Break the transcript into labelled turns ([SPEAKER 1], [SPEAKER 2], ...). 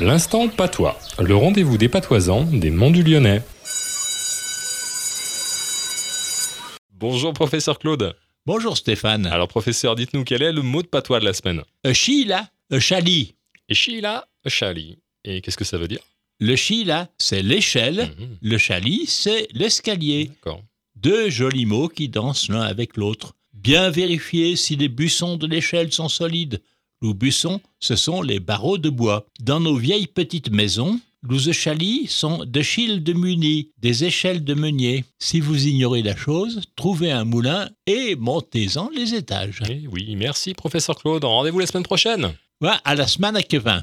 [SPEAKER 1] L'instant patois, le rendez-vous des patoisans des Monts du Lyonnais. Bonjour professeur Claude.
[SPEAKER 2] Bonjour Stéphane.
[SPEAKER 1] Alors professeur, dites-nous quel est le mot de patois de la semaine
[SPEAKER 2] Un chi là, un chali.
[SPEAKER 1] Et Sheila Chali. Et qu'est-ce que ça veut dire
[SPEAKER 2] Le chi là, c'est l'échelle.
[SPEAKER 1] Mhm,
[SPEAKER 2] Le chali, c'est l'escalier.
[SPEAKER 1] D'accord.
[SPEAKER 2] Deux jolis mots qui dansent l'un avec l'autre. Bien vérifier si les buissons de l'échelle sont solides. Les buissons, ce sont les barreaux de bois. Dans nos vieilles petites maisons, nous chalis sont des chils de muni, des échelles de meunier. Si vous ignorez la chose, trouvez un moulin et montez-en les étages.
[SPEAKER 1] Eh oui, merci professeur Claude. Rendez-vous la semaine prochaine.
[SPEAKER 2] Voilà, à la semaine à Kevin.